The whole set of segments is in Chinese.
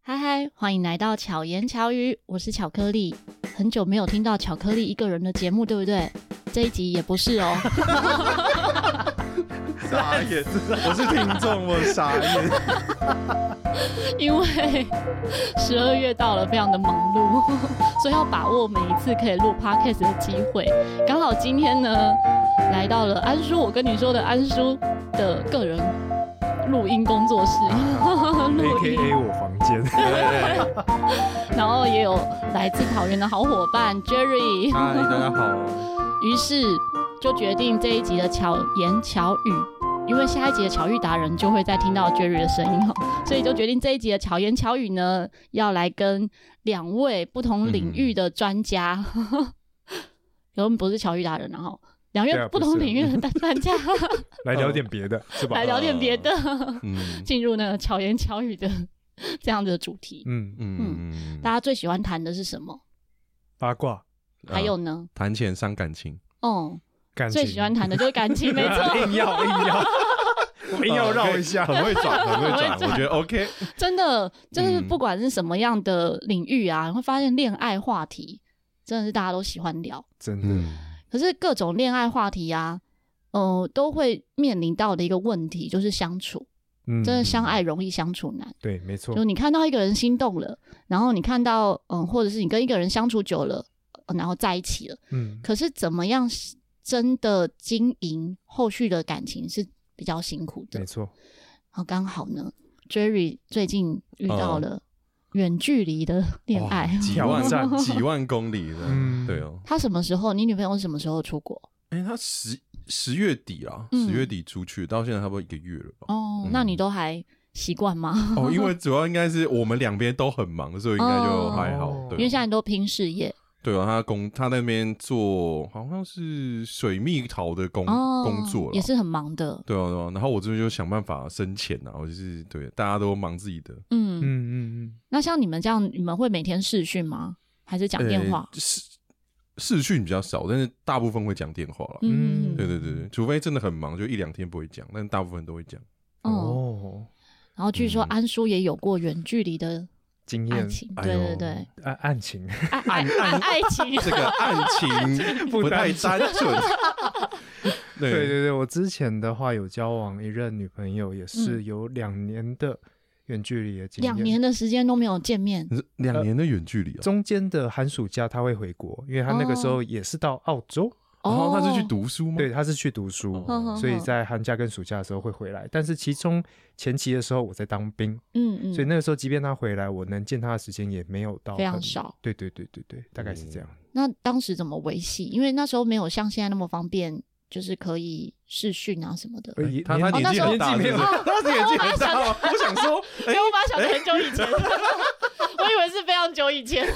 嗨，欢迎来到巧言巧语，我是巧克力。很久没有听到巧克力一个人的节目，对不对？这一集也不是哦。 傻眼，我是听众，我傻眼。因为 十二月到了，非常的忙碌， 所以要把握每一次可以录 podcast 的机会。刚好今天呢，来到了安叔，我跟你说的安叔的个人录音工作室， A 录 K 音， A 我房间。嗯然后也有来自桃园的好伙伴 Jerry，嗨，大家好。于是就决定这一集的巧言巧语。因为下一集的巧遇达人就会再听到 Jerry 的声音哦，所以就决定这一集的巧言巧语呢，要来跟两位不同嗯领域的专家，我们不是巧遇达人、然后两对位啊不同领域的 专家、来聊点别的，是吧？来聊点别的， 嗯进入那个巧言巧语的这样的主题。嗯，嗯，大家最喜欢谈的是什么？八卦、呃还有呢？谈钱伤感 情，哦、感情，最喜欢谈的就是感情，没错，硬要硬要，我硬要绕一下。 很会转，很会很会转，转 我觉得 OK。真的就是嗯不管是什么样的领域啊，你会发现恋爱话题真的是大家都喜欢聊。真的，嗯可是各种恋爱话题啊，呃，都会面临到的一个问题就是相处，嗯，真的相爱容易相处难。对，没错就。你看到一个人心动了，然后你看到嗯，或者是你跟一个人相处久了，呃然后在一起了，嗯，可是怎么样真的经营后续的感情是比较辛苦的没。错。然后哦刚好呢，Jerry 最近遇到了远距离的恋爱。嗯哇几挑战 万几万公里的，嗯对哦。他什么时候？你女朋友什么时候出国？哎，他十十月底啊啦，嗯十月底出去，到现在差不多一个月了吧？哦，嗯那你都还习惯吗？ 哦，因为主要应该是我们两边都很忙，所以应该就还好哦。因对为哦，现在都拼事业对啊，他工他那边做好像是水蜜桃的工哦，工作了也，是很忙的。对啊对啊。然后我这边就想办法生钱啊，我就是对，大家都忙自己的，嗯，嗯嗯那像你们这样，你们会每天视讯吗？还是讲电话？嗯呃视视讯比较少，但是大部分会讲电话了。嗯，嗯对对对对，除非真的很忙，就一两天不会讲，但大部分都会讲。嗯，哦。哦，然后据说嗯安叔也有过远距离的经爱验，情，哎对呦对 对，爱案情，爱爱爱爱情，这个案 情不太单 纯。对对对对，我之前的话有交往一任女朋友，也是有两年的远距离的经验，嗯两年的时间都没有见面，你是两年的远距离啊，中间的寒暑假他会回国，因为他那个时候也是到澳洲，然后哦，他是去读书吗？对，，他是去读书，哦呵呵呵，所以在寒假跟暑假的时候会回来。但是其中前期的时候我在当兵，嗯嗯，所以那个时候即便他回来，我能见他的时间也没有到非常很少。对对对对对，大概是这样。那当时怎么维系？因为那时候没有像现在那么方便，就是可以视讯啊什么的。而已哎嗯他他哦年纪那时候很大，哎年纪没有是不是 他年纪很大 吗，我想说，哎、我把它想的很久以前，哎我以为是非常久以前。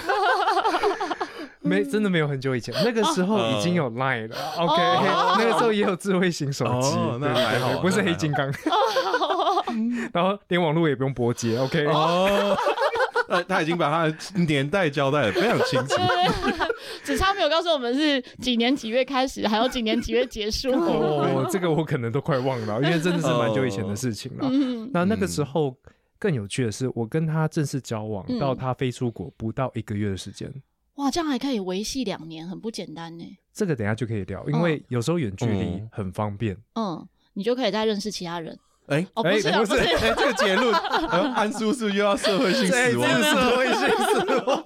没真的没有很久以前，那个时候已经嗯有 Line 了，OK，哦那个时候也有智慧型手机哦，那对对还好对不是那还黑好金刚，哦 然后连网络也不用拨接，OK，哦，呃，他已经把他的年代交代的非常清楚。只差没有告诉我们是几年几月开始，还有几年几月结束。哦，这个我可能都快忘了，因为真的是蛮久以前的事情了。嗯，那那个时候更有趣的是，我跟他正式交往嗯到他飞出国不到一个月的时间，哇，这样还可以维系两年，很不简单呢。这个等一下就可以聊，哦因为有时候远距离很方便。嗯，你就可以再认识其他人。哎，哦，不哎是啊，不不是是，哎，这个结论，呃安叔是不是又要社会性死亡这？没有社会性死亡，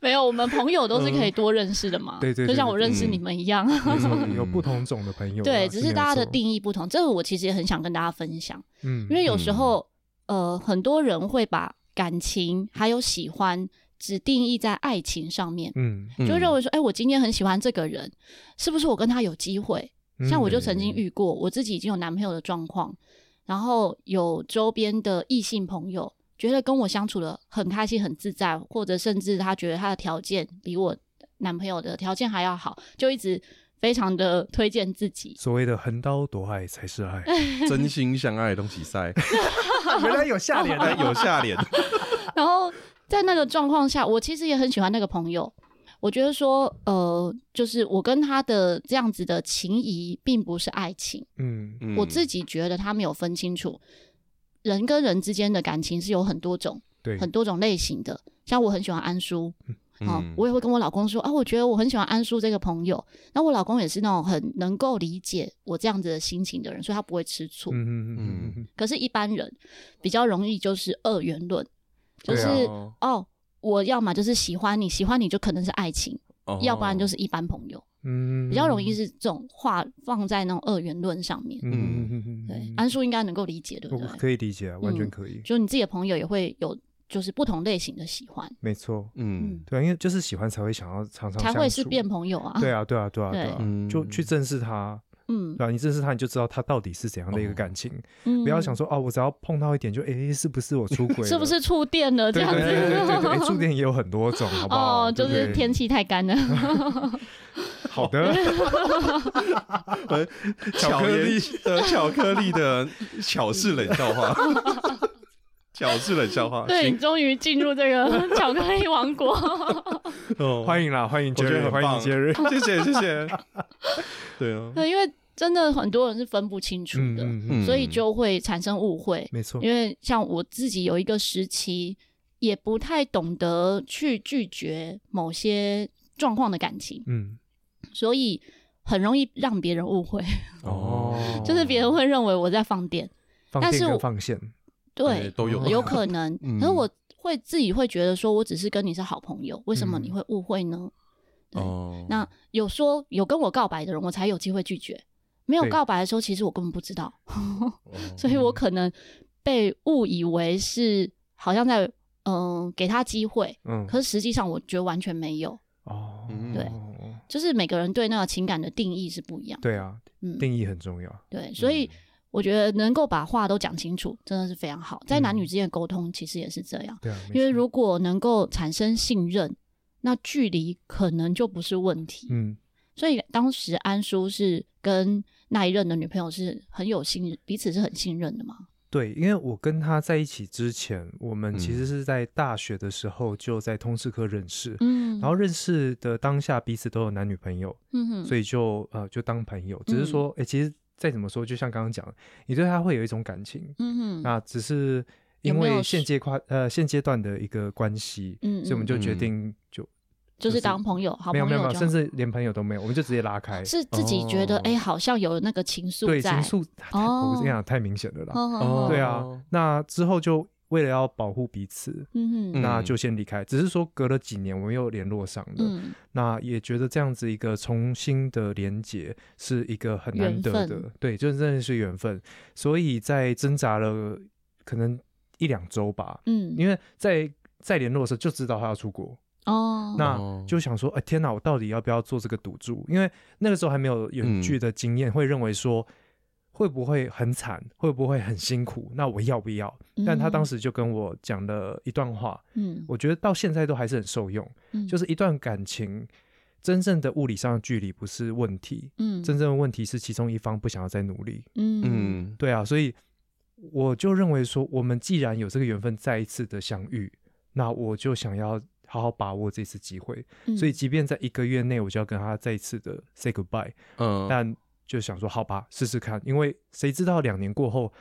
没有，我们朋友都是可以多认识的嘛。嗯对对对就像我认识你们一样。没错有不同种的朋友啊，对，只是大家的没有错，定义不同，这个我其实也很想跟大家分享。嗯因为有时候，呃，很多人会把感情还有喜欢只定义在爱情上面，嗯，就认为说，哎、我今天很喜欢这个人，是不是我跟他有机会？嗯像我就曾经遇过，我自己已经有男朋友的状况，然后有周边的异性朋友觉得跟我相处的很开心、很自在，或者甚至他觉得他的条件比我男朋友的条件还要好，就一直非常的推荐自己。所谓的横刀夺爱才 是爱，真心相爱的东西塞，啊原来有下联哎有下联，然后在那个状况下，我其实也很喜欢那个朋友。我觉得说，呃，就是我跟他的这样子的情谊，并不是爱情。嗯 嗯我自己觉得他没有分清楚，人跟人之间的感情是有很多种，对，嗯很多种类型的。像我很喜欢安叔，好、嗯我也会跟我老公说啊，我觉得我很喜欢安叔这个朋友。那我老公也是那种很能够理解我这样子的心情的人，所以他不会吃醋。嗯嗯嗯嗯嗯，可是，一般人比较容易就是二元论，就对是、啊哦哦，我要么就是喜欢你，喜欢你就可能是爱情，哦要不然就是一般朋友，嗯，比较容易是这种话放在那种二元论上面。嗯，嗯嗯嗯，对嗯，安嗯叔应该能够理解，对不我对？可以理解啊，完全可以，就你自己的朋友也会有就是不同类型的喜欢，没错，嗯对啊，因为就是喜欢才会想要常常才会是相处变朋友啊。对啊，对啊，对啊，对啊，嗯就去正视它，嗯对啊吧、你正视它，你就知道它到底是怎样的一个哦感情。嗯，不要想说哦，我只要碰到一点就诶，是不是我出轨？是不？是触电了这对样对对对对 对，诶子。触电也有很多种，好不好？哦，就对不是对天气太干 了，好的，巧巧克克力力 的巧克力的巧式冷笑话， 巧式冷笑话，对你行，终于进入这 个巧克力王国。 哦欢迎啦，欢迎我觉得 Jerry，很欢迎棒 Jerry。谢谢谢 谢，对啊，对，因为真的很多人是分不清楚嗯的，嗯嗯，嗯所以就会产生误会。没错，因为像我自己有一个时期，也不太懂得去拒绝某些状况的感情，嗯，所以很容易让别人误会， 哦，就是别人会认为我在放电，放但电是跟我放线，对，都有有可能。嗯可是我会自己会觉得说，我只是跟你是好朋友，为什么嗯你会误会呢？对哦， 那有说有跟我告白的人，我才有机会拒绝。没有对告白的时候，其实我根本不知道，哦所以我可能被误以为是好像在嗯、呃给他机会，嗯，可是实际上我觉得完全没有，哦，嗯对就是每个人对那个情感的定义是不一样。对啊，嗯，定义很重要，对，所以嗯我觉得能够把话都讲清楚，真的是非常好。在男女之间的沟通其实也是这样，对啊，嗯没因为错如果能够产生信任，那距离可能就不是问题。嗯所以当时安叔是跟那一任的女朋友是很有信，彼此是很信任的嘛。对，因为我跟他在一起之前，我们其实嗯是在大学的时候就在通识课认识，嗯然后认识的当下彼此都有男女朋友，嗯哼，所以就呃就当朋友，只是说哎、诶其实再怎么说，就像刚刚讲的，你对他会有一种感情，嗯哼，那只是有因没有为现是阶段呃现阶段的一个关系，嗯所以我们就决嗯定就就是当朋友，好没朋有友就没有没好有，甚至连朋友都没有，我们就直接拉开，是自己觉得哦哎、好像有那个情对愫情在。愫，太我跟你哦讲太明显了啦，哦哦对啊，那之后就为了要保护彼此，嗯哼，那嗯就先离开。只是说隔了几年，我们又联络上了，嗯那也觉得这样子一个重新的连接是一个很难得缘的分，对，就真的是缘分。所以在挣扎了可能一两周吧，嗯，因为在再联络的时候就知道他要出国，哦，那哦就想说，哎、天哪，我到底要不要做这个赌注？因为那个时候还没有远嗯距的经验，会认为说会不会很惨，会不会很辛苦？那我要不要？但他当时就跟我讲了一段话，嗯，我觉得到现在都还是很受用，嗯就是一段感情。真正的物理上的距离不是问题，嗯真正的问题是其中一方不想要再努力。嗯嗯对啊，所以我就认为说，我们既然有这个缘分再一次的相遇，那我就想要好好把握这次机会。嗯，所以即便在一个月内，我就要跟他再一次的 say goodbye，、嗯，但就想说好吧，试试看，因为谁知道两年过后，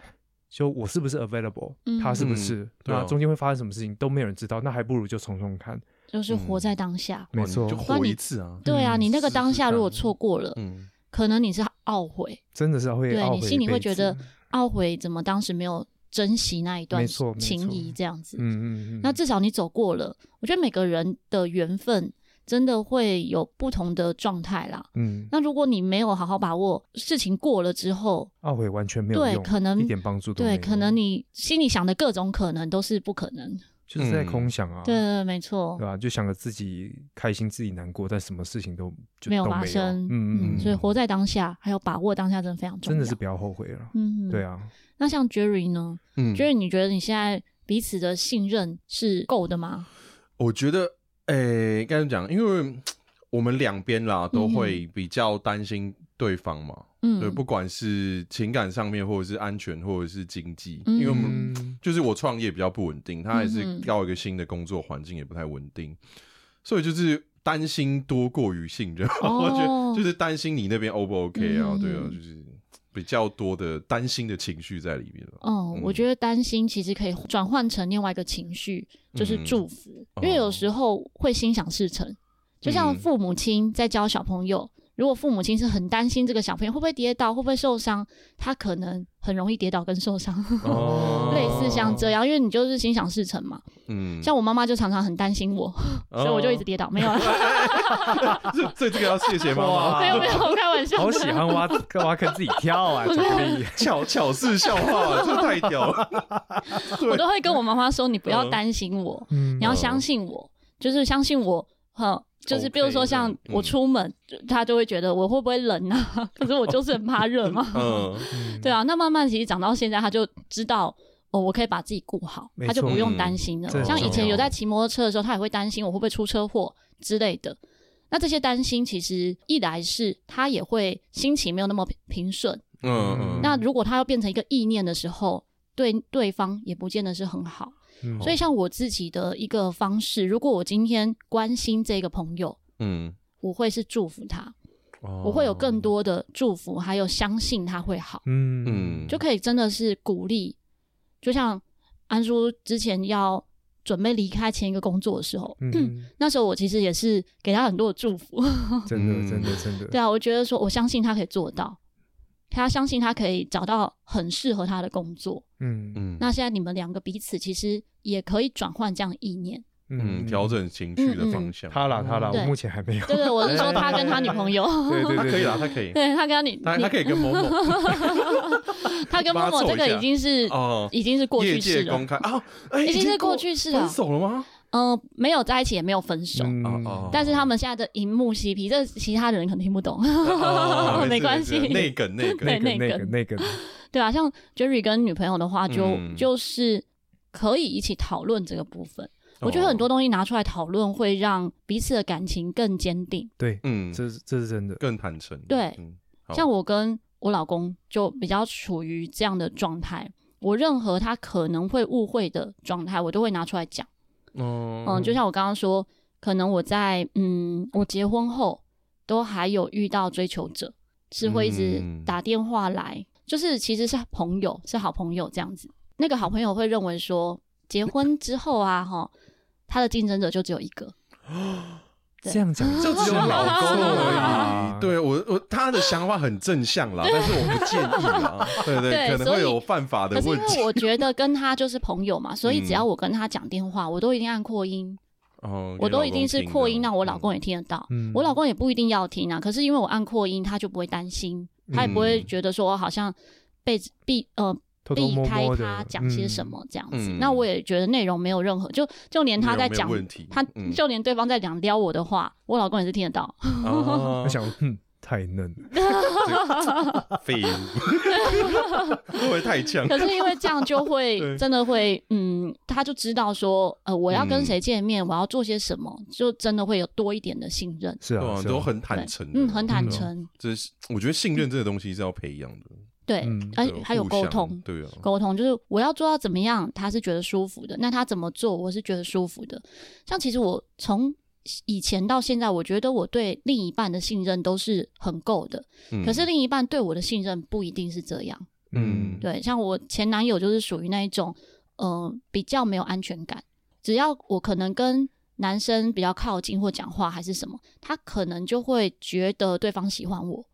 就我是不是 available，、嗯他是不是，对啊那中间会发生什么事情都没有人知道，那还不如就冲冲看，就是活在当下。嗯没哦你错就活一次啊，对啊，嗯你那个试试当下如果看错过了，嗯，可能你是懊悔，真的是会对懊悔一辈你子，心里会觉得懊悔怎么当时没有珍惜那一段没错没情错谊这样子。嗯，嗯嗯嗯，那至少你走过了。我觉得每个人的缘分真的会有不同的状态啦。嗯那如果你没有好好把握，事情过了之后，懊悔完全没有对用，可能一点帮助都没对，有，可能你心里想的各种可能都是不可能。就是在空想啊，嗯对对对，没错对，吧、就想着自己开心，自己难过，但什么事情都就没有都发生。嗯嗯嗯，所以活在当下，还有把握当下，真的非常重要。真的是不要后悔了，嗯，对。啊。那像 Jerry 呢嗯？Jerry，你觉得你现在彼此的信任是够的吗？我觉得，诶、该怎么讲？因为我们两边啦都会比较担心对方嘛，嗯，对，不管是情感上面，或者是安全，或者是经济，嗯因为我们嗯就是我创业比较不稳定，他还嗯是哼到一个新的工作环境也不太稳定，所以就是。担心多过于信任， 哦我觉得就是担心你那边 O 不 OK 嗯啊？哼对啊，哼就是比较多的担心的情绪在里面了。嗯，我嗯觉得担心其实可以转换成另外一个情绪，就是嗯祝福，哦因为有哦时候会心想事成。就像嗯父母亲在教小朋友，如果父母亲是很担心这个小朋友会不会跌倒、会不会受伤，他可能很容易跌倒跟受伤， 哦类似像这样，因为你就是心想事成嘛。嗯，像我妈妈就常常很担心我，所以我就哦一直跌倒，没有啊，这这这个要谢谢妈妈，哇没有没有，开 玩笑的。好喜欢挖挖坑自己跳 啊，巧克力。巧巧是笑话，这太 屌了。我都会跟我妈妈说，你不要嗯担心我，嗯你要相信我，就是相信我，哈，就是比如说 OK，嗯像这样我出门，就他就会觉得我会不会冷啊？ 可是我就是很怕热嘛。嗯，嗯 对啊，那慢慢其实长到现在，他就知道。哦，我可以把自己顾好，没他就错不用嗯担心了。这很像以重前要有在骑摩托车的时候，他也会担心我会不会出车祸之类的。那这些担心其实一来是他也会心情没有那么平平顺，嗯嗯，那如果他要变成一个意念的时候，对对方也不见得是很好。嗯哦所以，像我自己的一个方式，如果我今天关心这个朋友，嗯，我会是祝福他，我我会有哦更多的祝福，还有相信他会好，嗯嗯，就可以真的是鼓励。就像安叔之前要准备离开前一个工作的时候，嗯，那时候我其实也是给他很多的祝福。真的嗯真的真 的，对啊，我觉得说我相信他可以做到，他相信他可以找到很适合他的工作。嗯嗯那现在你们两个彼此其实也可以转换这样的意念。嗯调整情绪的方向，他啦他啦，对我目前还没有。对对，我是说他跟他女朋友，对对他对，可以啦，对，他可以，对他跟他女，他你他可以跟某某他跟默帮他默凑这一个下已经是哦，已经是 过业去式界了公，开啊，哎，已经是过过去式了分。手了吗？嗯，没有在一起，也没有分手。嗯哦哦但是他们现在的荧幕 CP，这其他人可能听不懂，哦没关系事内梗内梗哦对，那那个个那个对啊，像 Jerry 跟女朋友的话，就、嗯就是可以一起讨论这个部分。我觉得很多哦，东西拿出来讨论，会让彼此的感情更坚定。对，嗯，这是这是真的。更坦诚，对嗯，好像我跟我老公就比较处于这样的状态，我任何他可能会误会的状态，我都会拿出来讲。哦嗯，嗯就像我刚刚说，可能我在嗯，我结婚后都还有遇到追求者，是会一直嗯打电话来，就是其实是朋友，是好朋友这样子。那个好朋友会认为说，结婚之后啊，哈，他的竞争者就只有一个，对这样讲就只有老公而已。 对，啊对我，我他的想法很正 向啦，但是我不建议啦。对对对，可能所以会有犯法的可是因问为题。我觉得跟他就是朋友嘛，所以只要嗯我跟他讲电话，我都一定按扩音，哦我都一定是扩音，让我老公也也听得到。嗯我老公也不一定要听啊，可是因为我按扩音，他就不会担心，他也不会嗯觉得说哦好像被避呃偷偷避摸开摸的他讲些什，么这样子。嗯那我也觉得内容没有任何，就就连他在讲，问题，他嗯 就连对方在讲撩我的话，我老公也是听得 到。嗯哦我想，哼，太嫩了，废物，会不会太呛？可是因为这样就会 对真的会，嗯，他就知道说，呃，我要嗯跟谁见面，我要做些什么，就真的会有多一点的信任。是对啊，啊，是啊都很坦诚的，嗯，很坦嗯诚，这是我觉得信任这个东西是要培养的，对嗯，而对还有互沟相通，对啊，沟通，就是我要做到怎么样，他是觉得舒服的，那他怎么做，我是觉得舒服的。像其实我从以前到现在，我觉得我对另一半的信任都是很够的，嗯可是另一半对我的信任不一定是这样。嗯，对，像我前男友就是属于那一种，嗯、比较没有安全感，只要我可能跟男生比较靠近或讲话还是什么，他可能就会觉得对方喜欢我。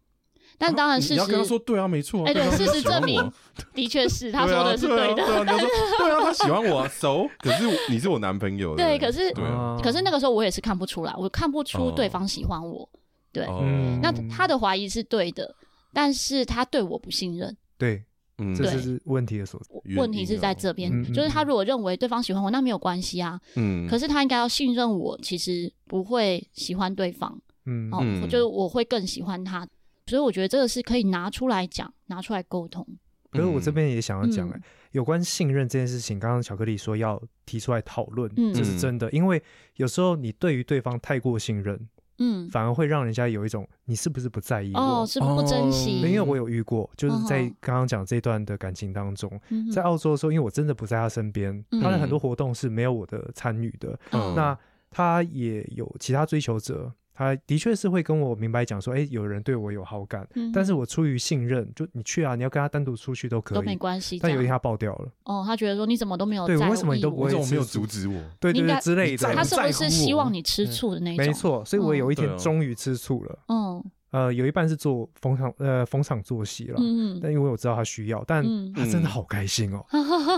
但当然啊你事你要跟他说实对啊，没错啊，哎对啊事他实喜欢证明我啊的确是他说的是对对啊的，对啊，对啊你要说对啊，他喜欢我啊，so，可是我你是我男朋友，对不可是对啊，可嗯是那个时候我也是看不出来，我看不出对方喜欢我。对哦哦嗯那他的怀疑是对的，但是他对我不信任。对，嗯这对是问题的所在。我原因问题是在这边，哦嗯就是他嗯嗯如果认为对方喜欢我，那没有关系啊。嗯可是他应该要信任我，其实不会喜欢对方嗯哦，嗯就是我会更喜欢他。所以我觉得这个是可以拿出来讲，拿出来沟通。可是我这边也想要讲、嗯哎、有关信任这件事情，刚刚巧克力说要提出来讨论，嗯这是真的，因为有时候你对于对方太过信任，嗯，反而会让人家有一种你是不是不在意我。哦，是不珍惜。因为我有遇过，就是在嗯哼刚刚讲这段的感情当中，嗯在澳哦洲的时候，因为我真的不在他身边，嗯他的很多活动是没有我的参与的。嗯那他也有其他追求者，他的确是会跟我明白讲说，哎，有人对我有好感，嗯但是我出于信任，就你去啊，你要跟他单独出去都都可没以。关系。但有一这天样他爆掉了，哦，他觉得说你怎么都没有对在我乎为什么你都义务不会为什么没有吃醋阻止我？对你对应对该之类在的。他是不在乎是希我望你吃醋的那一种？哦没，错，所以我有一嗯天终于吃醋了。嗯呃，有一半是做逢场呃逢场作戏了，嗯，但因为我知道他需要，但嗯他真的好开 心哦！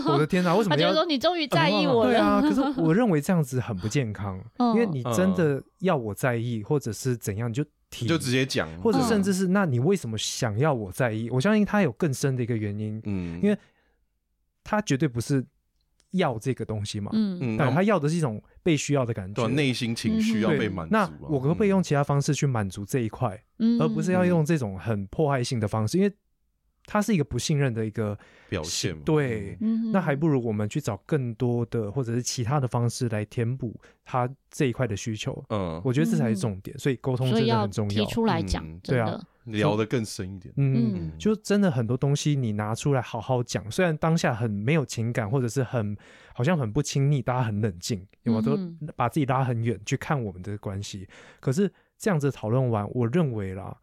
我我的天哪，为什 他么觉要得说你终于在意我对了，啊，可是 我认为这样子很不健康，因为嗯你真的要我在意，或者是怎样，你就提，你就直接讲，或者甚嗯至是那你为什么想要我在意？我相信他有更深的一个原因，嗯因为他绝对不是要这个东西嘛，嗯嗯，对，那他要的是一种被需要的感觉对。啊内心情绪嗯要对被满足那啊。我可不可以嗯用其他方式去满足这一块，嗯，而不是要用这种很破坏性的方式？因为它是一个不信任的一个表现嘛？对嗯嗯，那还不如我们去找更多的或者是其他的方式来填补他这一块的需求。嗯，我觉得这才嗯是重点，所以沟通所真以的要很重提要。出来讲嗯，真对啊的，聊得更深一点。嗯，嗯就真的很多东西你拿出来好好讲，虽然当下很没有情感，或者是很好像很不亲密，大家很冷静，有没有都嗯把自己拉很远去看我们的关系。可是这样子讨论完，我认为啦，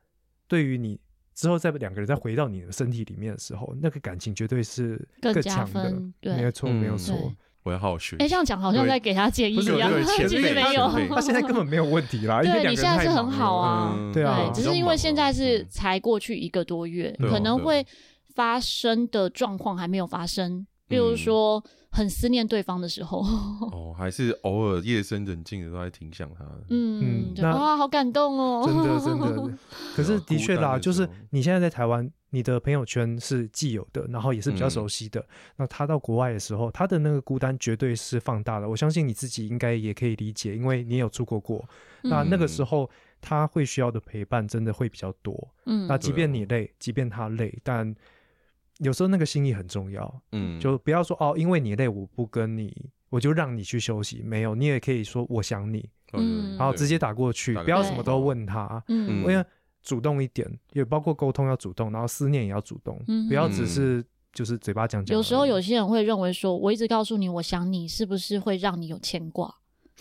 对于你之后再两个人再回到你的身体里面的时候，那个感情绝对是更加强的分，对没有错，嗯没有错。对我要好好学习。哎，这样讲好像对在给他建议不是一样 对，其前实辈没前有。辈他现在根本没有问题啦，因为 对两你个现人在太是忙很好了啊，嗯对啊对，只是因为现在是嗯才过去一个多月，对啊可能对啊会发生的状况还没有发生，比如嗯说很思念对方的时候，哦，还是偶尔夜深人静的都还挺想他的。嗯，嗯就那哇，好感动哦，嗯真的真的。 可啊是的确啦，就是你现在在台湾，你的朋友圈是既有的，然后也是比较嗯熟悉的。那他到国外的时候，他的那个孤单绝对是放大了。我相信你自己应该也可以理解，因为你也有出国过。嗯那那个时候他会需要的陪伴真的会比较多。嗯，那嗯即便你累，即便他累，但有时候那个心意很重要。嗯，就不要说哦，因为你累，我不跟你，我就让你去休息。没有，你也可以说我想你，嗯然后直接打。打过去，打个不要电什么话都问他。嗯嗯因为主动一点，也包括沟通要主动，然后思念也要主动，嗯不要只是就是嘴巴讲讲而已。有时候有些人会认为说，我一直告诉你我想你，是不是会让你有牵挂？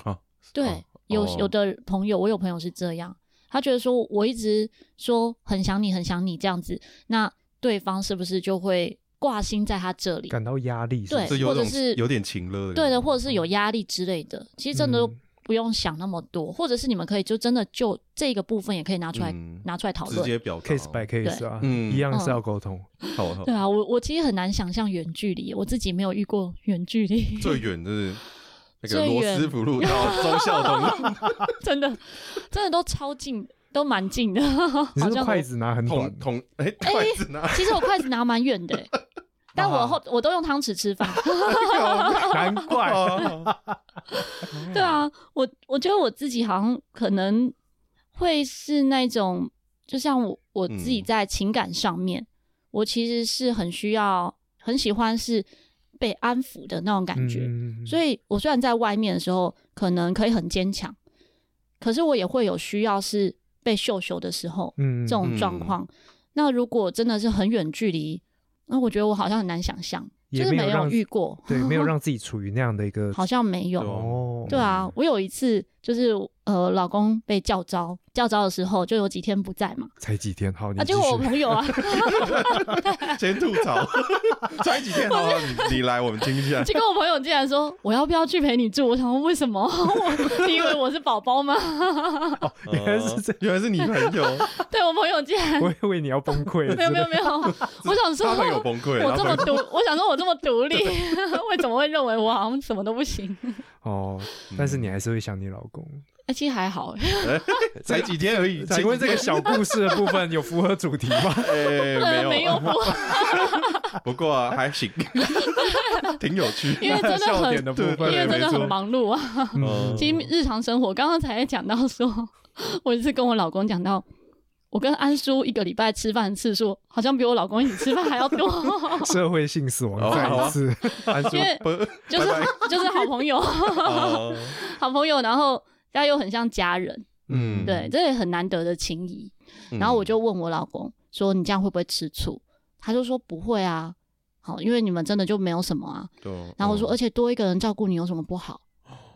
啊，对，哦有哦有的朋友，我有朋友是这样，他觉得说我一直说很想你，很想你这样子，那对方是不是就会挂心在他这里？感到压力是不对是，这有或者种是有点情了。对的，或者是有压力之类的，其实真的都嗯不用想那么多，或者是你们可以就真的就这个部分也可以拿出来、嗯拿出来讨直论。接表达 case by case 啊，嗯一样嗯是要沟通。好好对啊，我我其实很难想象远距离，我自己没有遇过远距离， 最远的是那个最罗远斯福 路到忠孝东真的真的都超近，都蛮近的，你是好不是像筷子拿很短 同，同哎筷子 拿其实我筷子拿蛮远的 欸、但啊我后我都用汤匙吃饭。 哦难怪。对啊，我我觉得我自己好像可能会是那种，就像我我自己嗯在情感上面，我其实是很需要、很喜欢是被安抚的那种感觉。嗯所以我虽然在外面的时候可能可以很坚强，可是我也会有需要是被秀秀的时候，嗯这种状嗯况。那如果真的是很远距离，那我觉得我好像很难想象，就也是没有没有让遇过，对没有让自己处于那样的一个好像没有。对哦哦，对啊，我有一次就是呃，老公被叫招，叫招的时候就有几天不在嘛，才几天，好，你啊，结继续果我朋友啊，哦先吐 槽，才几天好了，啊你你来我们听一 下。结果我朋友竟然说我要不要去陪你住，我想说为什么？ 我你以为我是宝宝吗？ 原来是这哦原来是你朋友，对我朋友竟然 我以为你要崩溃了， 没有没有没 有， 我想说他朋友崩溃了，我这他么朋友独，我想说我这么独立， 为什么会认为我好像什么都不行？哦，嗯但是你还是会想你老公。 哎，其实还好，才几天而已。才请问几这个天小故事的部分有符合主题吗？ 哎呃没没有有， 不不过啊 还行，挺有趣。因为真的笑很，点的部因分，为真的没很错忙碌啊。嗯其实日常生活，刚刚才讲到说，我一次跟我老公讲到，我跟安叔一个礼拜吃饭次数，好像比我老公一起吃饭还 要多，社会性死亡哦再好一啊次，安叔因为 不就是就是好朋友，啊 嗯好朋友，然后大家又很像家人，嗯对，这也很难得的情谊。然后我就问我老公说：“你这样会不会吃醋？”他就说：“不会啊，好，因为你们真的就没有什么啊。”嗯然后我说：“而嗯且多一个人照顾你有什么不好？”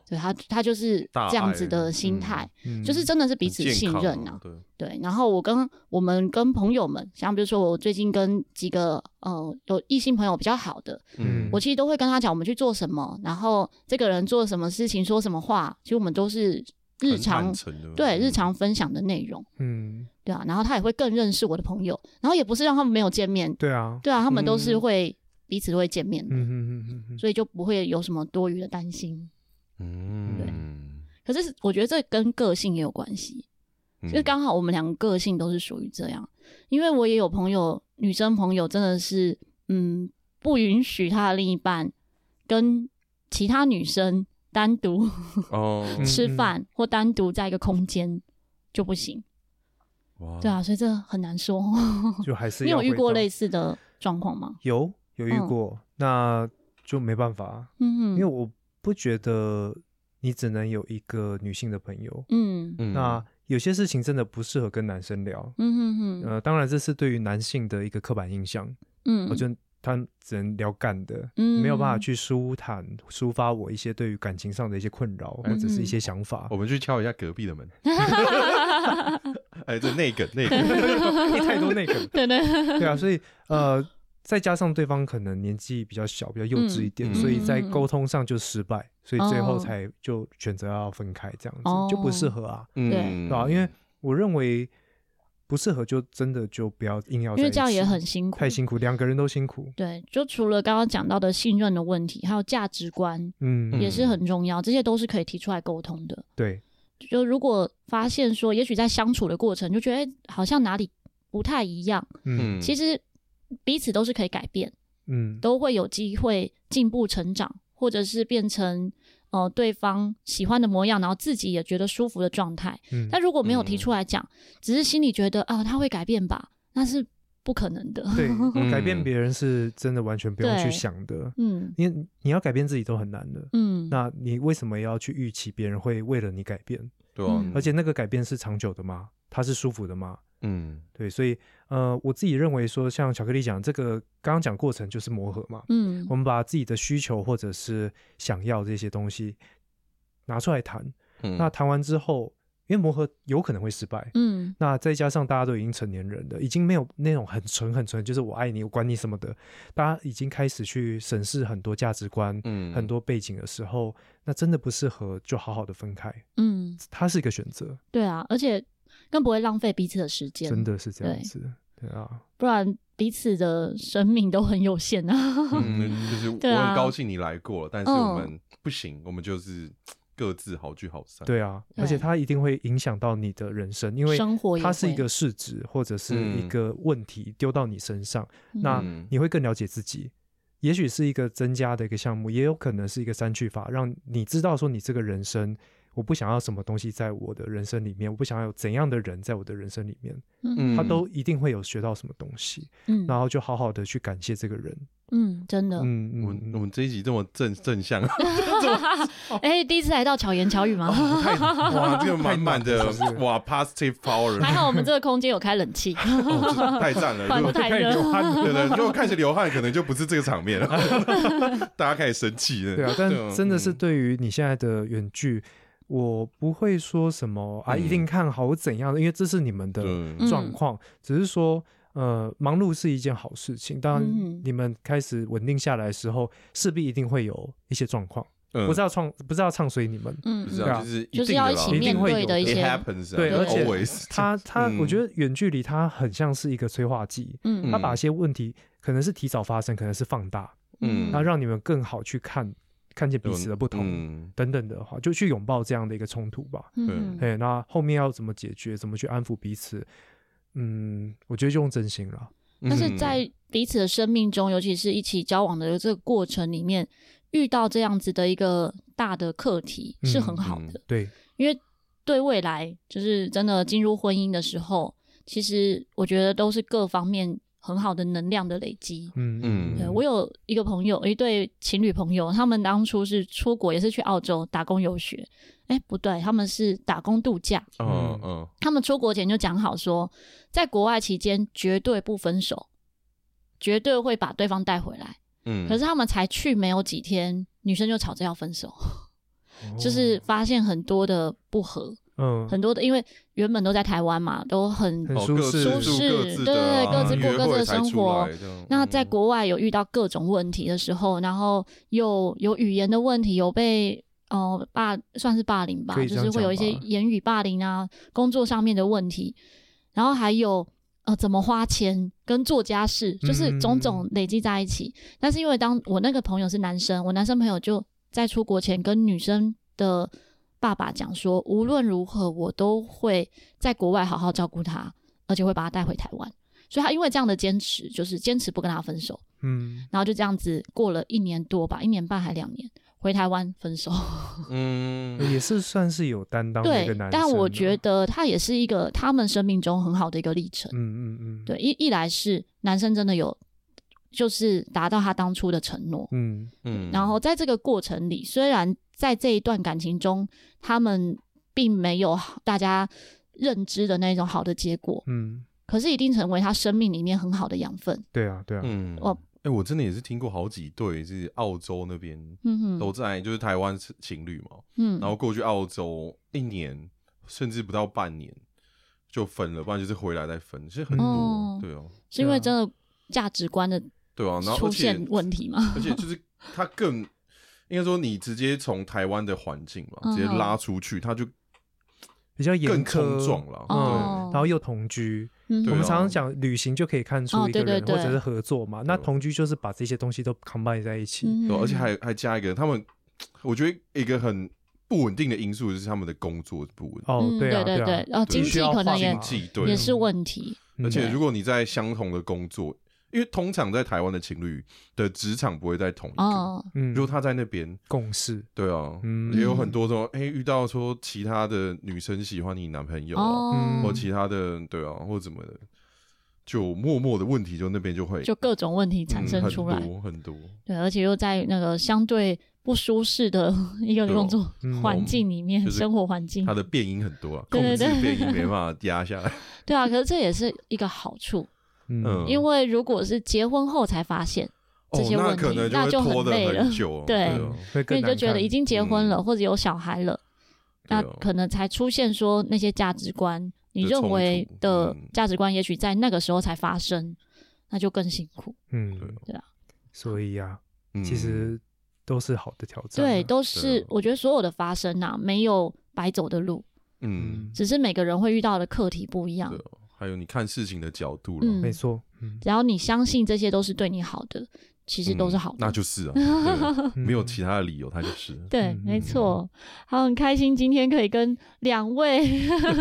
对他他就是这样子的心态，嗯就是真的是彼此很信健康任啊啊。。对，对，然后我跟我们跟朋友们，像比如说我最近跟几个呃有异性朋友比较好的，嗯我其实都会跟他讲我们去做什么，然后这个人做什么事情，说什么话，其实我们都是日很常坦诚的嗯对日常分享的内容，嗯，对啊，然后他也会更认识我的朋友，然后也不是让他们没有见面，对啊，对啊，他们都是嗯会彼此会见面的，嗯嗯嗯嗯所以就不会有什么多余的担心。嗯，可是我觉得这跟个性也有关系，嗯对就是刚好我们两个个性都是属于这样。因为我也有朋友，女生朋友真的是，嗯，不允许她的另一半跟其他女生单独 哦，嗯吃饭或单独在一个空间就不行。哇对，啊，所以这很难说。嗯，就还是你有哦要遇回过到类似的状况吗？有有遇嗯过，那就没办法，啊嗯因为我不觉得你只能有一个女性的朋友，嗯嗯那有些事情真的不适合跟男生聊。嗯嗯嗯呃，当然这是对于男性的一个刻板印象，嗯，我觉得他只能聊干的，没有办法去舒坦、抒发我一些对于感情上的一些困扰哎或者是一些嗯想法。我们去敲一下隔 壁的门。哎，这内梗内梗，你 太多 那个，对对，对啊，所以呃，再加上对方可能年纪比较小、比较幼稚一点，嗯所以在嗯嗯嗯沟通上就失败，所以最后哦才就选择要分开，这样子、哦就不适合啊。嗯，对啊因为我认为不适合就真的就不要硬要在一起，因为这样也很辛苦，太辛苦，两个人都辛苦。对，就除了刚刚讲到的信任的问题，还有价值观嗯，也是很重要，这些都是可以提出来沟通的。对，就如果发现说，也许在相处的过程就觉得、诶好像哪里不太一样，嗯其实彼此都是可以改变，嗯，都会有机会进步成长，或者是变成呃对方喜欢的模样，然后自己也觉得舒服的状态。嗯但如果没有提嗯出来讲，只是心里觉得啊他会改变吧，那是不可能 的。 对，改变嗯别人是真的完全不用去对想的，嗯因为你要改变自己都很难的。嗯，那你为什么要去预期别人会为了你改变？对啊嗯，而且那个改变是长久的吗？它是舒服的吗？嗯对，所以呃，我自己认为说，像巧克力讲这个，刚刚讲过程就是磨合嘛。嗯我们把自己的需求或者是想要这些东西拿出来谈，嗯，那谈完之后，因为磨合有可能会失败，嗯那再加上大家都已经成年人了，已经没有那种很纯很纯，就是我爱你，我管你什么的，大家已经开始去审视很多价值观、嗯很多背景的时候，那真的不适合就好好的分开，嗯，它是一个选择，对啊，而且更不会浪费彼此的时间，真，的是这样对子，对啊，不然彼此的生命都很有限 啊。嗯，就是我对啊嗯很高兴你来过，但是我们不行，我们就是各自好聚好散。，对啊，而且对它一定会影响到你的人生，因为生活也它是一会个市值或者是一嗯个问题丢到你身上，那嗯你会更了解自己。也许是一个增加的一个项目，也有可能是一个删去法，让你知道说你这个人生，我不想要什么东西在我的人生里面，我不想要有怎样的人在我的人生里面，嗯他都一定会有学到什么东西，嗯然后就好好的去感谢这个人。嗯，真的。嗯我嗯们我嗯，们这一集这么正 正向，哎，第一次来到巧言巧语哦吗？哇，这个满满的太满了哇 positive power，还好我们这个空间有开冷 气，哦这太赞了，不然如就果太开始热流。汗了对对，如果开始流汗，可能就不是这个场面 了，大家开始生气了。对啊，但对真的是嗯对于你现在的远距，我不会说什么啊，一定看好怎样的，因为这是你们的嗯对，状嗯况，只是说，呃，忙碌是一件好事情。当嗯你们开始稳定下来的时候，势必一定会有一些状况，嗯不是要创，不是要唱衰你们。嗯不知嗯，对道，啊就是就定是的要一啦起一定面会对有的一 It 些， happens，啊对而且 always，他他，嗯我觉得远距离他很像是一个催化剂，嗯他把一些问题可能是提早发生，可能是放大，嗯然后让你们更好去看看见彼此的不同嗯等等的话，就去拥抱这样的一个冲突吧。嗯哎，那后面要怎么解决，怎么去安抚彼此？嗯，我觉得就用真心了。但嗯是在彼此的生命中，尤其是一起交往的这个过程里面，遇到这样子的一个大的课题是很好的，对，因为对未来就是真的进入婚姻的时候，其实我觉得都是各方面很好的能量的累积。嗯嗯对我有一个朋友，一对情侣朋友，他们当初是出国，也是去澳洲打工游学。哎，不对，他们是打工度假。嗯嗯嗯他们出国前就讲好说，在国外期间绝对不分手，绝对会把对方带回来。嗯，哦可是他们才去没有几天，女生就吵着要分手。就是发现很多的不合，嗯，很多的，因为原本都在台湾嘛，都很很哦舒各自适住各自舒适的啊对各自过约各自的会才生出活来这样那嗯在国外有遇到各种问题的时候，然后又有语言的问题，有被呃霸算是霸凌吧，可以就这样是会有一讲些吧言语霸凌啊，工作上面的问题，然后还有呃怎么花钱跟做家事，嗯就是种种累积在一起。但是因为当我那个朋友是男生，我男生朋友就在出国前跟女生的爸爸讲说，无论如何我都会在国外好好照顾他，而且会把他带回台湾。所以他因为这样的坚持，就是坚持不跟他分手，嗯，然后就这样子过了一年多吧，一年半还两年，回台湾分手。嗯，也是算是有担当的一对个男生啊。，但我觉得他也是一个他们生命中很好的一个历程。嗯，嗯嗯嗯，，对，一一来是男生真的有，就是达到他当初的承诺，嗯嗯 然后在这个过程里，虽然在这一段感情中，他们并没有大家认知的那种好的结果，嗯，可是一定成为他生命里面很好的养分。对啊对啊，嗯，哦哎，我真的也是听过好几对是澳洲那边嗯都哼，在，就是台湾是情侣嘛，嗯，然后过去澳洲一年甚至不到半年就分了，不然就是回来再分，其实很哦多，对哦，是因为真的价值观的对啊，然后而出且现问题吗？而且就是他更应该说你直接从台湾的环境嘛，嗯直接拉出去，他就比较严更苛冲，撞了，哦然对。后又同居。嗯对我哼们啊常常讲旅行就可以看哦出一对个对人，对或者是合作嘛。那对同居就是把这些东西都 combine 在一起。嗯对，而且还还加一个，他们我觉得一个很不稳定的因素就是他们的工作不稳，哦嗯，，啊，对对对啊，对，哦，对经需济要可能划也清经济对，也是问题，嗯而且对如果你在相同的工作，因为通常在台湾的情侣的职场不会在同一个，哦，嗯如果他在那边，共识，对啊，嗯也有很多说，哎、遇到说其他的女生喜欢你男朋友啊，哦嗯或，其他的对啊，或怎么的，就默默的问题就那边就会就各种问题产嗯生出来，很多很多，对，而且又在那个相对不舒适的 一个对哦工作 嗯环境里面，就是生活环境他，的变音很多啊，对控嗯对制对变音没办法压下来，对啊，可是这也是一个好处，嗯嗯，因为如果是结婚后才发现，这哦些，那问可题能那会就很拖得累了很 久，对啊嗯会因更为你就难觉得看已经结婚了嗯或者有小孩了，对那啊可能才出现说那些价值观，你的认冲突为的嗯价值观，也许在那个时候才发生，那就更辛苦。对嗯，对啊，所以啊，嗯其实都是好的挑战啊。对，都是啊我觉得所有的发生呐、没有白走的路，嗯，嗯，只是每个人会遇到的课题不一样对。啊，还有你看事情的角度了，嗯没错，嗯，只要你相信这些都是对你好的，其实都是好嗯的。那就 是啊，对啊嗯没有其他的理由，他就是。对，嗯没嗯错。好，很开心今天可以跟两位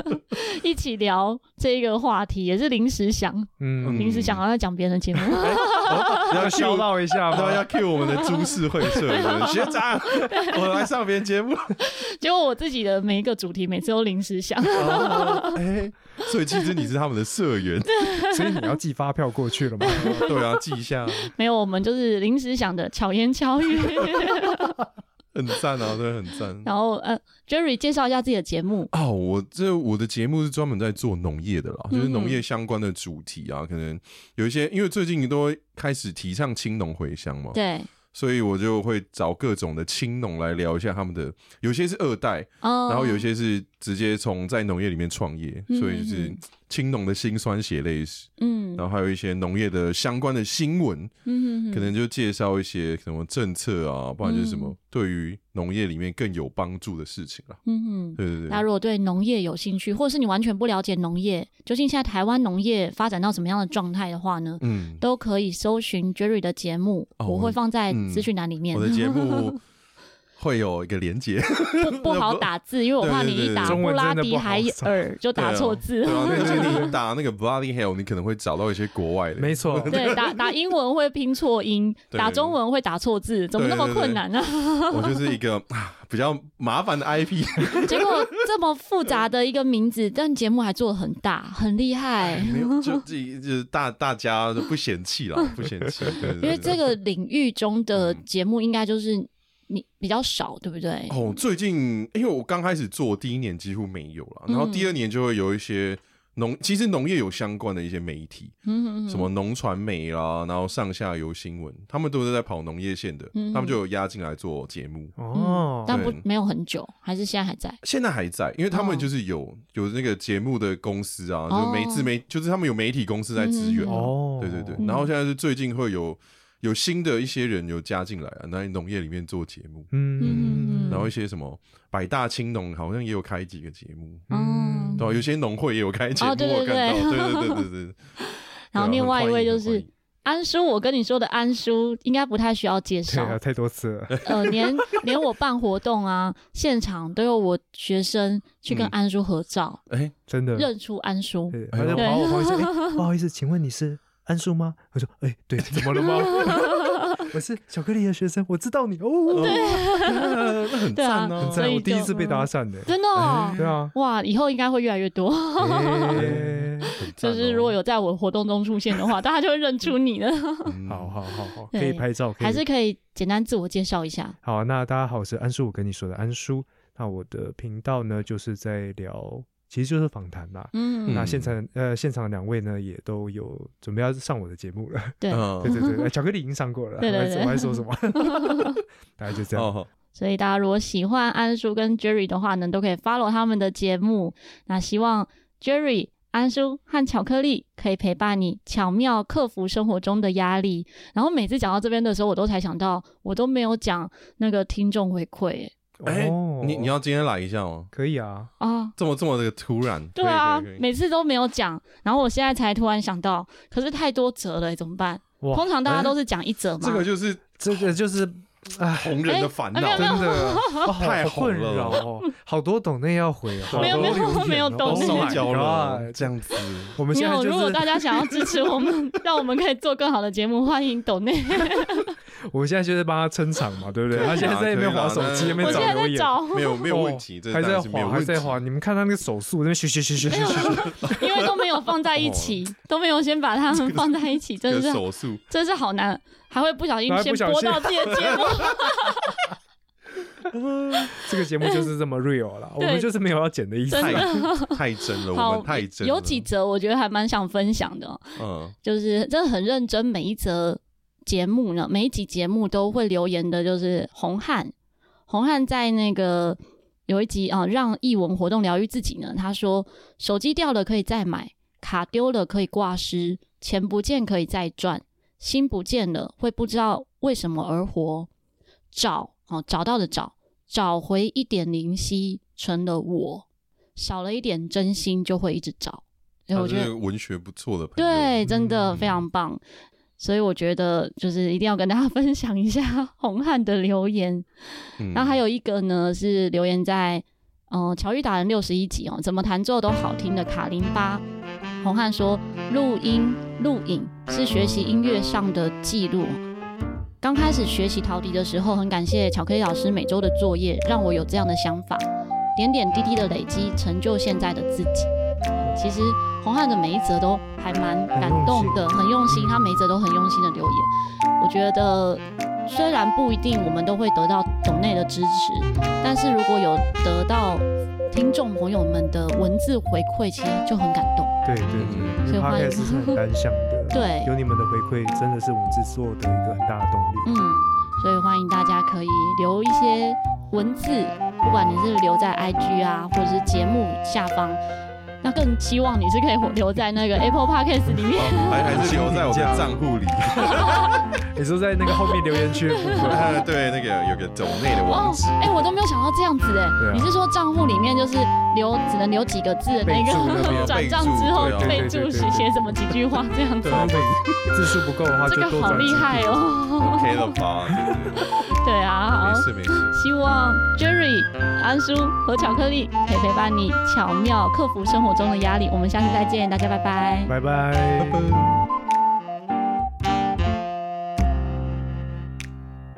一起聊这个话题，也是临时想，嗯，临时想嗯要在讲别人的节目。 要 要笑 Q 到一下大家吗？要 Q 我们的株式会社的学长，我来上别人节目。结果我自己的每一个主题每次都临时想， 哎，所以其实你是他们的社员，所以你要寄发票过去了吗？ 对啊，记一下，没有，我们就是临时想的巧言巧语。 很赞啊，真的很赞。然后呃，Jerry 介绍一下自己的节目。哦，我这我的节目是专门在做农业的啦，就是嗯农业相关的主题啊，可能有一些，因为最近都会开始提倡青农回乡嘛，对，所以我就会找各种的青农来聊一下他们的，有些是二代，哦，然后有一些是直接从在农业里面创业，嗯所以就是嗯青农的辛酸血泪史，嗯然后还有一些农业的相关的新闻，嗯，可能就介绍一些什么政策啊，不然就是什么嗯对于农业里面更有帮助的事情啦。嗯哼。对对大家对，如果对农业有兴趣，或者是你完全不了解农业，究竟现在台湾农业发展到什么样的状态的话呢，嗯，都可以搜寻 Jerry 的节目，哦我我会放在嗯资讯栏里面。我的节目会有一个连接，不 不好打字，因为我怕你对对一对打中布文拉真的迪不好海找尔就打错字 对，啊，对那对对个你打那个 bloody hell，你可能会找到一些国外的，没 错， 对，打打英文会拼错音，对打中文会打错字，怎么那么困难呢、啊我就是一个 啊比较麻烦的 IP， 结果这么复杂的一个名字，但节目还做的很大，很厉害。没 有，就自己就是大大家都不嫌弃啦，不嫌弃，对因为这。对对个领域中的节目应该就是你比较少，对不对？嗯哦，最近因为我刚开始做，第一年几乎没有了，然后第二年就会有一些农其实农业有相关的一些媒体，嗯嗯嗯什么农传媒啦，然后上下游新闻，他们都是在跑农业线的，嗯他们就有压进来做节目。哦，但不对没有很久，还是现在还在。现在还在，因为他哦们就是有、有那个节目的公司啊，哦就媒自媒，就是他们有媒体公司在支援、嗯啊。哦，对对对，嗯然后现在是最近会有有新的一些人有加进来啊，那农业里面做节目，嗯，嗯然后一些什么百大青农好像也有开几个节目，嗯，对吧、啊有些农会也有开节目，哦对我对看对到，对对对对对。 然后对啊另外一位就，很欢迎很欢是迎安叔，我跟你说的安叔应该不太需要介对绍啊，，太多次了，呃， 连连我办活动啊，现场都有我学生去跟嗯安叔合照，哎，真的，认出安叔。对，他哎就呦跑我旁边说， 哎，不好意思，请问你是安叔吗？我说，哎， 对，怎么了 吗？我是巧克力的学生，我知道你 哦，那很对啊赞哦，很所赞，以我第一就嗯次被搭讪的，真的哦、哎 对啊，哇，以后应该会越来越 多。哦哎很就赞哦是如果有在我活动中出现的话，大家就会认出你了。嗯好好好好，可对以拍照，可以还是可以简单自我介绍一下。好，啊那大家好，我是安叔，我跟你说的安叔。那我的频道呢，就是在聊，其实就是访谈啦。嗯，那嗯现场呃，现场两位呢也都有准备要上我的节目了。对，嗯对对对，呃巧克力已经上过 了啦，对对我还对我还说什么？大概就这样。哦，所以大家如果喜欢安叔跟 Jerry 的话呢，都可以 follow 他们的节目。那希望 Jerry、安叔和巧克力可以陪伴你，巧妙克服生活中的压力。然后每次讲到这边的时候，我都才想到，我都没有讲那个听众回馈耶哎哦，你你要今天来一下吗？可以啊，啊。这么这么的突然，对可以啊可以可，以每次都没有讲，然后我现在才突然想到，可是太多折了耶，怎么办？哇通常大家都是讲一折嘛。哎这个就是这个就是哎，红人的烦恼哎，没真有的哇太好红困了扰哦，好多懂内要回哦，好没有多没有留言没有哦抖内 Oh 烧 my 焦了 God 这样子。我们没现在有，就如果是大家想要支持我 们，让我们可以做更好的节目，欢迎抖内。我现在就是帮他撑场 嘛，对不对？可以啊他现在在那边划手机，可以那啊边我找现在留在言，找， 没有没有哦问题，这还当在然是没有滑，还问题在滑。你们看他那个手速，那边学学学学学学，因为都没有放在一起，都没有先把它们放在一起，这真个是 手速，真是好难，还会不小心还先不小播心到自己的节目。这个节目就是这么 real 了，我对们就是没有要剪的意思。太太真了，我好们太，真了。有几则我觉得还蛮想分享的哦、嗯，就是真的很认真，每一则节目呢，每一集节目都会留言的，就是红汉，红汉在那个有一集啊，让译文活动疗愈自己呢，他说手机掉了可以再买，卡丢了可以挂失，钱不见可以再赚，心不见了会不知道为什么而活，找哦找到的找，找回一点灵犀成了我，少了一点真心就会一直找，所以他哎我是觉得个文学不错的朋友，对，真的嗯非常棒。所以我觉得就是一定要跟大家分享一下 红汉的留言。嗯，然后还有一个呢是留言在嗯、呃乔玉达人六十一集哦，怎么弹奏都好听的卡林巴。红汉说，录音录影是学习音乐上的记录。刚开始学习陶笛的时候，很感谢巧克力老师每周的作业，让我有这样的想法。点点滴滴的累积，成就现在的自己。其实红汉的每一则都还蛮感动的，很用心，他每一则都很用心的留言。我觉得虽然不一定我们都会得到懂内的支持，但是如果有得到听众朋友们的文字回馈，其实就很感动。对对对，因所以为欢迎 podcast 是很单向的， 对有你们的回馈真的是我们制作的一个很大的动力。嗯，所以欢迎大家可以留一些文字，不管你是留在 IG 啊，或者是节目下方。那更希望你是可以留在那个 Apple Podcast 里面，哦还还是留在我的账户里。 你说在那个后面留 言区的部分，啊对，那个有个抖内的网址，哎、我都没有想到这样子哎、对啊你是说账户里面就是留只能留几个字的那备注那个 边转账备注之后对啊备对注对对是对写什么几句话这样子对？啊，如果字数不够的话， 这就个多好转几厉句害哦！ ，OK 了吧？对对对啊，没好，事没事，希望 Jerry、安叔和巧克力可以陪伴你巧妙克服生活中的压力。我们下次再见，大家拜拜。拜拜拜。拜。